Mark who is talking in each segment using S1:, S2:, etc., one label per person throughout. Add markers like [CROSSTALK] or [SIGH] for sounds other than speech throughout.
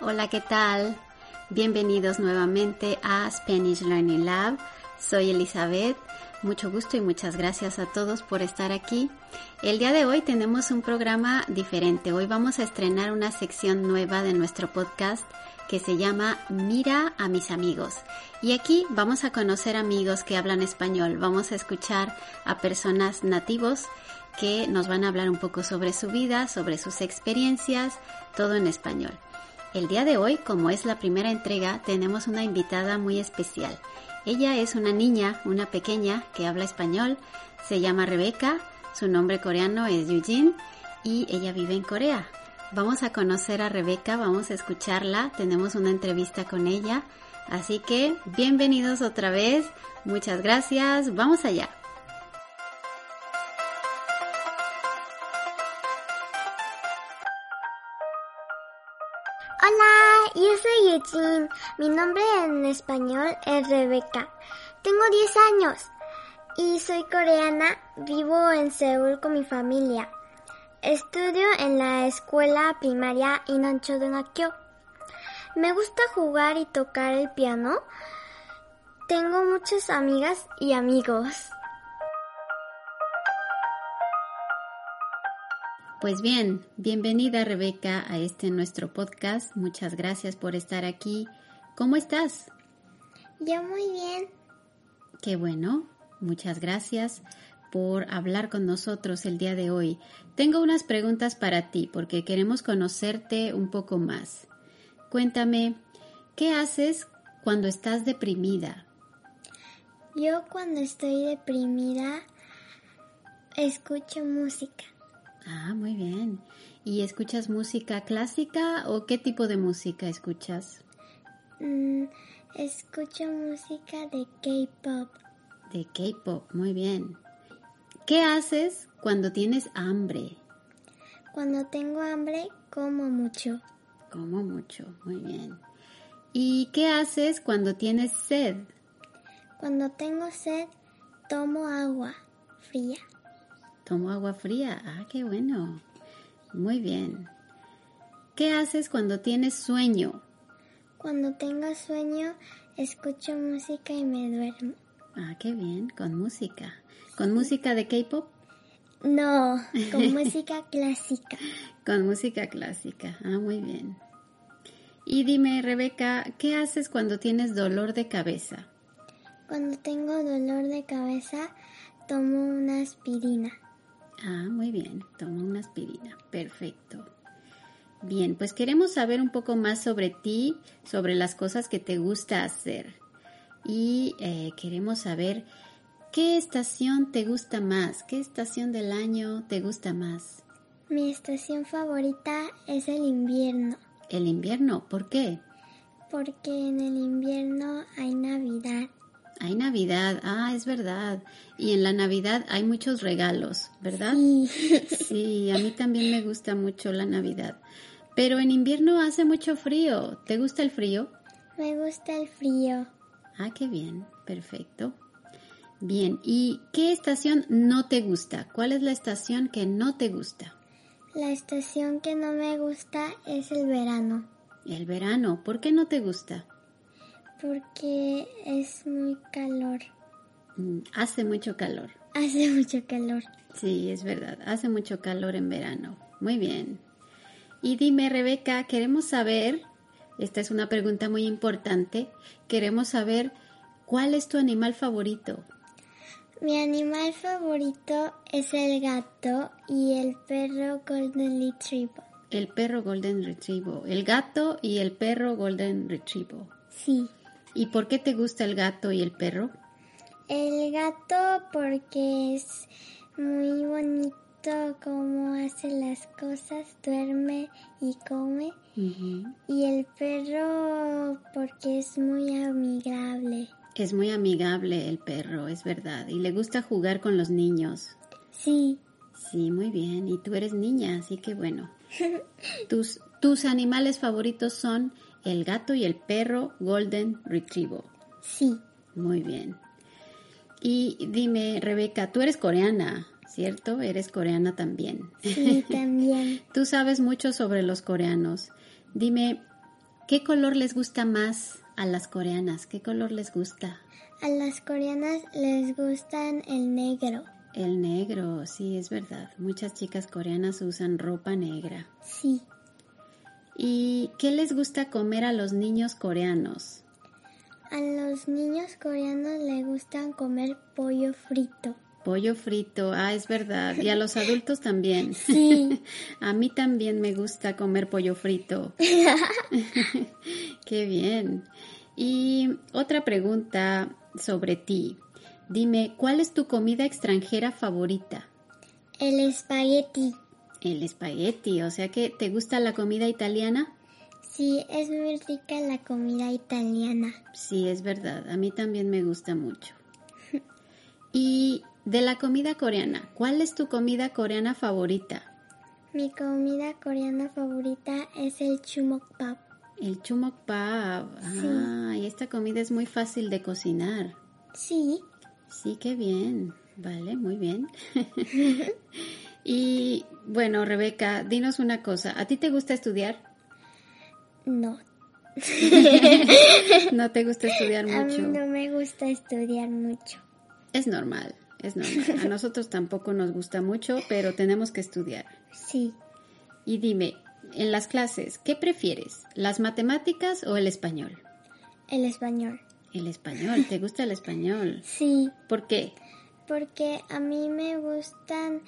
S1: Hola, ¿qué tal? Bienvenidos nuevamente a Spanish Learning Lab. Soy Elizabeth. Mucho gusto y muchas gracias a todos por estar aquí. El día de hoy tenemos un programa diferente. Hoy vamos a estrenar una sección nueva de nuestro podcast que se llama Mira a mis amigos. Y aquí vamos a conocer amigos que hablan español. Vamos a escuchar a personas nativos que nos van a hablar un poco sobre su vida, sobre sus experiencias, todo en español. El día de hoy, como es la primera entrega, tenemos una invitada muy especial. Ella es una niña, una pequeña, que habla español. Se llama Rebeca, su nombre coreano es Yujin y ella vive en Corea. Vamos a conocer a Rebeca, vamos a escucharla, tenemos una entrevista con ella. Así que bienvenidos otra vez, muchas gracias, vamos allá.
S2: Hola, yo soy Eugene. Mi nombre en español es Rebeca. Tengo 10 años y soy coreana. Vivo en Seúl con mi familia. Estudio en la escuela primaria Inanchodonakyo. Me gusta jugar y tocar el piano. Tengo muchas amigas y amigos.
S1: Pues bien, bienvenida Rebeca a este nuestro podcast. Muchas gracias por estar aquí. ¿Cómo estás?
S2: Yo muy bien.
S1: Qué bueno. Muchas gracias por hablar con nosotros el día de hoy. Tengo unas preguntas para ti porque queremos conocerte un poco más. Cuéntame, ¿qué haces cuando estás deprimida?
S2: Yo cuando estoy deprimida escucho música.
S1: Ah, muy bien. ¿Y escuchas música clásica o qué tipo de música escuchas?
S2: Mm, escucho música de K-pop.
S1: De K-pop, muy bien. ¿Qué haces cuando tienes hambre?
S2: Cuando tengo hambre como mucho.
S1: Como mucho, muy bien. ¿Y qué haces cuando tienes sed?
S2: Cuando tengo sed tomo agua fría.
S1: Tomo agua fría. Ah, qué bueno. Muy bien. ¿Qué haces cuando tienes sueño?
S2: Cuando tengo sueño escucho música y me duermo.
S1: Ah, qué bien. Con música. ¿Con música de K-pop?
S2: No, con música clásica.
S1: Con música clásica. Ah, muy bien. Y dime, Rebeca, ¿qué haces cuando tienes dolor de cabeza?
S2: Cuando tengo dolor de cabeza tomo una aspirina.
S1: Ah, muy bien, toma una aspirina, perfecto. Bien, pues queremos saber un poco más sobre ti, sobre las cosas que te gusta hacer. Y eh, queremos saber qué estación te gusta más, qué estación del año te gusta más.
S2: Mi estación favorita es el invierno.
S1: El invierno, ¿por qué?
S2: Porque en el invierno hay Navidad.
S1: Hay Navidad, ah, es verdad. Y en la Navidad hay muchos regalos, ¿verdad?
S2: [LAUGHS] Sí.
S1: Sí, a mí también me gusta mucho la Navidad. Pero en invierno hace mucho frío. ¿Te gusta el frío?
S2: Me gusta el frío.
S1: Ah, qué bien, perfecto. Bien, ¿y qué estación no te gusta? ¿Cuál es la estación que no te gusta?
S2: La estación que no me gusta es el verano,
S1: El verano, ¿por qué no te gusta?
S2: porque es muy calor. [LAUGHS]
S1: Mm, Hace mucho calor.
S2: Hace mucho calor.
S1: Sí, es verdad, hace mucho calor en verano. Muy bien. Y dime, Rebeca, queremos saber, esta es una pregunta muy importante, queremos saber cuál es tu animal favorito.
S2: Mi animal favorito es el gato y el perro Golden Retriever.
S1: El perro Golden Retriever, el gato y el perro Golden Retriever.
S2: Sí.
S1: ¿Y por qué te gusta el gato y el perro?
S2: El gato porque es mm, gusto cómo hace las cosas, duerme y come. Y el perro porque es muy amigable.
S1: Es muy amigable el perro, es verdad, y le gusta jugar con los niños.
S2: Sí,
S1: Sí, muy bien, y tú eres niña, así que bueno. Tus, tus animales favoritos son el gato y el perro Golden Retriever.
S2: sí,
S1: Muy bien. Y dime, Rebeca, tú eres coreana, ¿cierto? Eres coreana también.
S2: sí, también.
S1: Tú sabes mucho sobre los coreanos. Dime, ¿qué color les gusta más a las coreanas? ¿Qué color les gusta?
S2: A las coreanas les gustan el negro.
S1: El negro, sí, es verdad. Muchas chicas coreanas usan ropa negra.
S2: Sí,
S1: ¿Y qué les gusta comer a los niños coreanos?
S2: a los niños coreanos les gustan comer pollo frito.
S1: Pollo frito, ah, es verdad. Y a los adultos también.
S2: Sí,
S1: A mí también me gusta comer pollo frito. [LAUGHS] Qué bien. Y otra pregunta sobre ti. Dime, ¿cuál es tu comida extranjera favorita?
S2: el espagueti.
S1: El espagueti, o sea que ¿te gusta la comida italiana?
S2: Sí, es muy rica la comida italiana.
S1: Sí, es verdad, a mí también me gusta mucho. Y de la comida coreana, ¿cuál es tu comida coreana favorita?
S2: Mi comida coreana favorita es el chumokbap.
S1: El chumokbap. Ah, y esta comida es muy fácil de cocinar.
S2: Sí,
S1: Sí, qué bien. Vale, muy bien.
S2: [LAUGHS]
S1: [LAUGHS] y bueno, Rebeca, dinos una cosa. ¿A ti te gusta estudiar?
S2: no.
S1: ¿No te gusta estudiar
S2: [LAUGHS] A mí
S1: mucho?
S2: no me gusta estudiar mucho.
S1: Es normal, es normal. A nosotros tampoco nos gusta mucho, pero tenemos que estudiar.
S2: Sí,
S1: Y dime, en las clases, ¿qué prefieres? ¿Las matemáticas o el español?
S2: el español.
S1: El español, ¿te gusta el español?
S2: Sí,
S1: ¿Por qué?
S2: porque a mí me gustan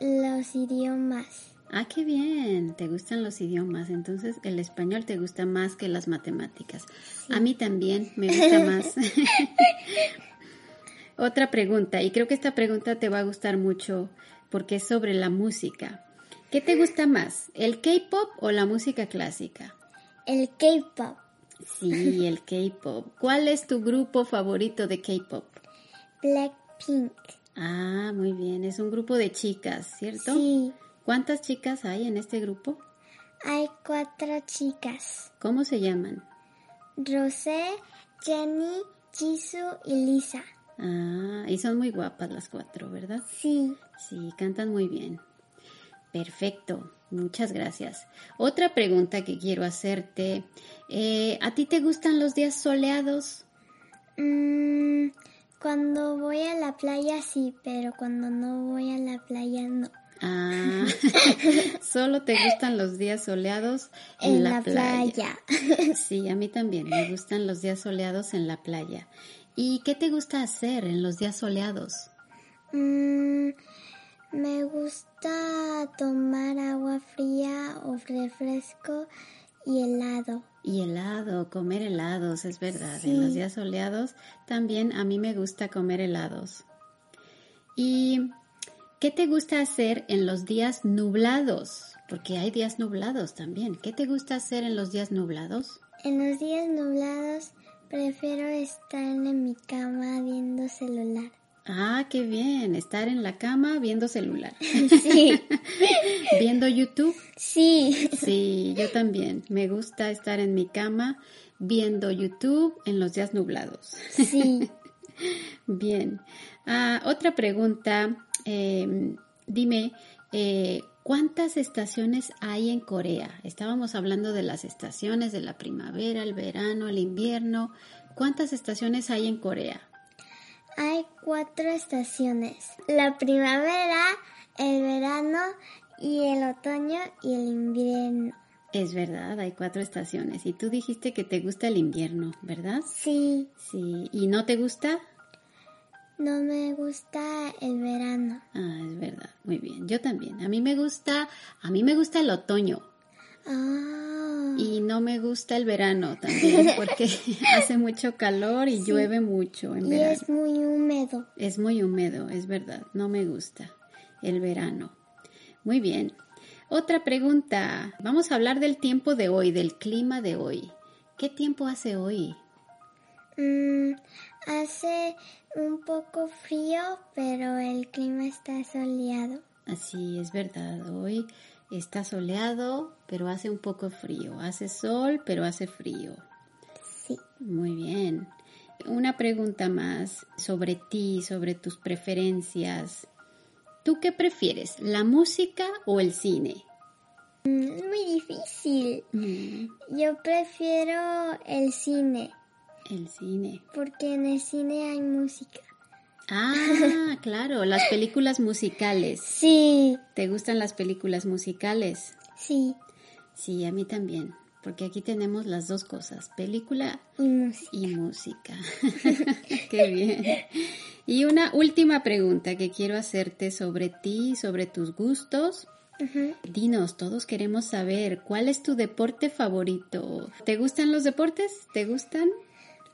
S2: los idiomas.
S1: Ah, qué bien, te gustan los idiomas, entonces el español te gusta más que las matemáticas. A mí también me gusta más. [LAUGHS] Otra pregunta, y creo que esta pregunta te va a gustar mucho porque es sobre la música. ¿Qué te gusta más, el K-pop o la música clásica?
S2: El K-pop,
S1: Sí, el K-pop. ¿Cuál es tu grupo favorito de K-pop?
S2: Blackpink.
S1: Ah, muy bien, es un grupo de chicas, ¿cierto?
S2: Sí,
S1: ¿Cuántas chicas hay en este grupo?
S2: hay cuatro chicas.
S1: ¿Cómo se llaman?
S2: Rosé, Jenny, Jisoo y Lisa.
S1: Ah, y son muy guapas las cuatro, ¿verdad?
S2: Sí,
S1: Sí, cantan muy bien. Perfecto, muchas gracias. Otra pregunta que quiero hacerte. eh, ¿A ti te gustan los días soleados?
S2: mm, cuando voy a la playa sí, pero cuando no voy a la playa no.
S1: Ah, [LAUGHS] solo te gustan los días soleados en,
S2: En la playa.
S1: [LAUGHS] Sí, a mí también me gustan los días soleados en la playa. ¿Y qué te gusta hacer en los días soleados?
S2: Mm, me gusta tomar agua fría o refresco y helado.
S1: Y helado, comer helados, es verdad. En los días soleados también a mí me gusta comer helados. ¿Y qué te gusta hacer en los días nublados? Porque hay días nublados también. ¿Qué te gusta hacer en los días nublados?
S2: En los días nublados prefiero estar en mi cama viendo celular.
S1: Ah, qué bien, estar en la cama viendo celular,
S2: Sí,
S1: [LAUGHS] viendo YouTube.
S2: sí, [LAUGHS]
S1: Sí, yo también. Me gusta estar en mi cama viendo YouTube en los días nublados.
S2: sí.
S1: Bien. Ah, otra pregunta. eh, dime, eh, ¿cuántas estaciones hay en Corea? Estábamos hablando de las estaciones, de la primavera, el verano, el invierno. ¿Cuántas estaciones hay en Corea?
S2: Hay cuatro estaciones. La primavera, el verano y el otoño y el invierno.
S1: Es verdad, hay cuatro estaciones. Y tú dijiste que te gusta el invierno, ¿verdad?
S2: Sí,
S1: Sí. ¿Y no te gusta?
S2: no me gusta el verano.
S1: Ah, es verdad. Muy bien. Yo también. A mí me gusta, a mí me gusta el otoño.
S2: Ah,
S1: Y no me gusta el verano también porque [LAUGHS] hace mucho calor y llueve mucho en
S2: y
S1: verano.
S2: es muy húmedo.
S1: Es muy húmedo, es verdad, no me gusta el verano. Muy bien. Otra pregunta. Vamos a hablar del tiempo de hoy, del clima de hoy. ¿Qué tiempo hace hoy?
S2: Mm, hace un poco frío, pero el clima está soleado.
S1: Así es verdad. Hoy está soleado, pero hace un poco frío. Hace sol, pero hace frío.
S2: Sí.
S1: Muy bien. Una pregunta más sobre ti, sobre tus preferencias. ¿Tú qué prefieres, la música o el cine?
S2: Mm, es muy difícil.
S1: Mm,
S2: Yo prefiero el cine,
S1: el cine.
S2: porque en el cine hay música.
S1: [LAUGHS] Ah, claro, las películas musicales.
S2: Sí,
S1: ¿Te gustan las películas musicales?
S2: sí,
S1: Sí, a mí también, porque aquí tenemos las dos cosas, película
S2: y música.
S1: y música. [LAUGHS] Qué bien. Y una última pregunta que quiero hacerte sobre ti, sobre tus gustos.
S2: Ujú.
S1: Dinos, todos queremos saber cuál es tu deporte favorito. ¿Te gustan los deportes? ¿Te gustan?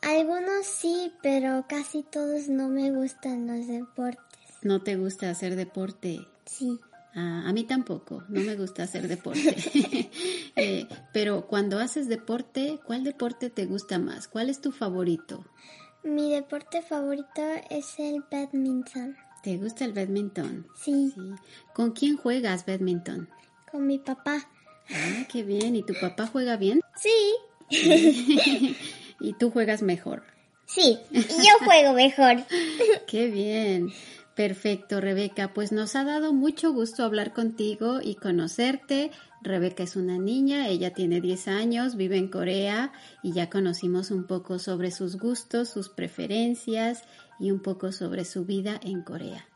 S2: Algunos sí, pero casi todos no me gustan los deportes.
S1: ¿No te gusta hacer deporte?
S2: Sí.
S1: Ah, a mí tampoco, no me gusta hacer [LAUGHS] deporte. Eh, pero cuando haces deporte, ¿cuál deporte te gusta más? ¿Cuál es tu favorito?
S2: Mi deporte favorito es el badminton.
S1: ¿Te gusta el badminton?
S2: Sí,
S1: Sí. ¿Con quién juegas badminton?
S2: con mi papá.
S1: Ah, qué bien. ¿Y tu papá juega bien?
S2: Sí,
S1: ¿Y tú juegas mejor?
S2: sí, yo juego mejor.
S1: Qué bien. Perfecto, Rebeca. Pues nos ha dado mucho gusto hablar contigo y conocerte. Rebeca es una niña, ella tiene 10 años, vive en Corea y ya conocimos un poco sobre sus gustos, sus preferencias y un poco sobre su vida en Corea.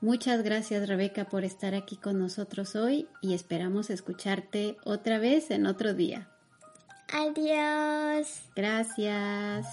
S1: Muchas gracias, Rebeca, por estar aquí con nosotros hoy y esperamos escucharte otra vez en otro día.
S2: Adiós.
S1: Gracias.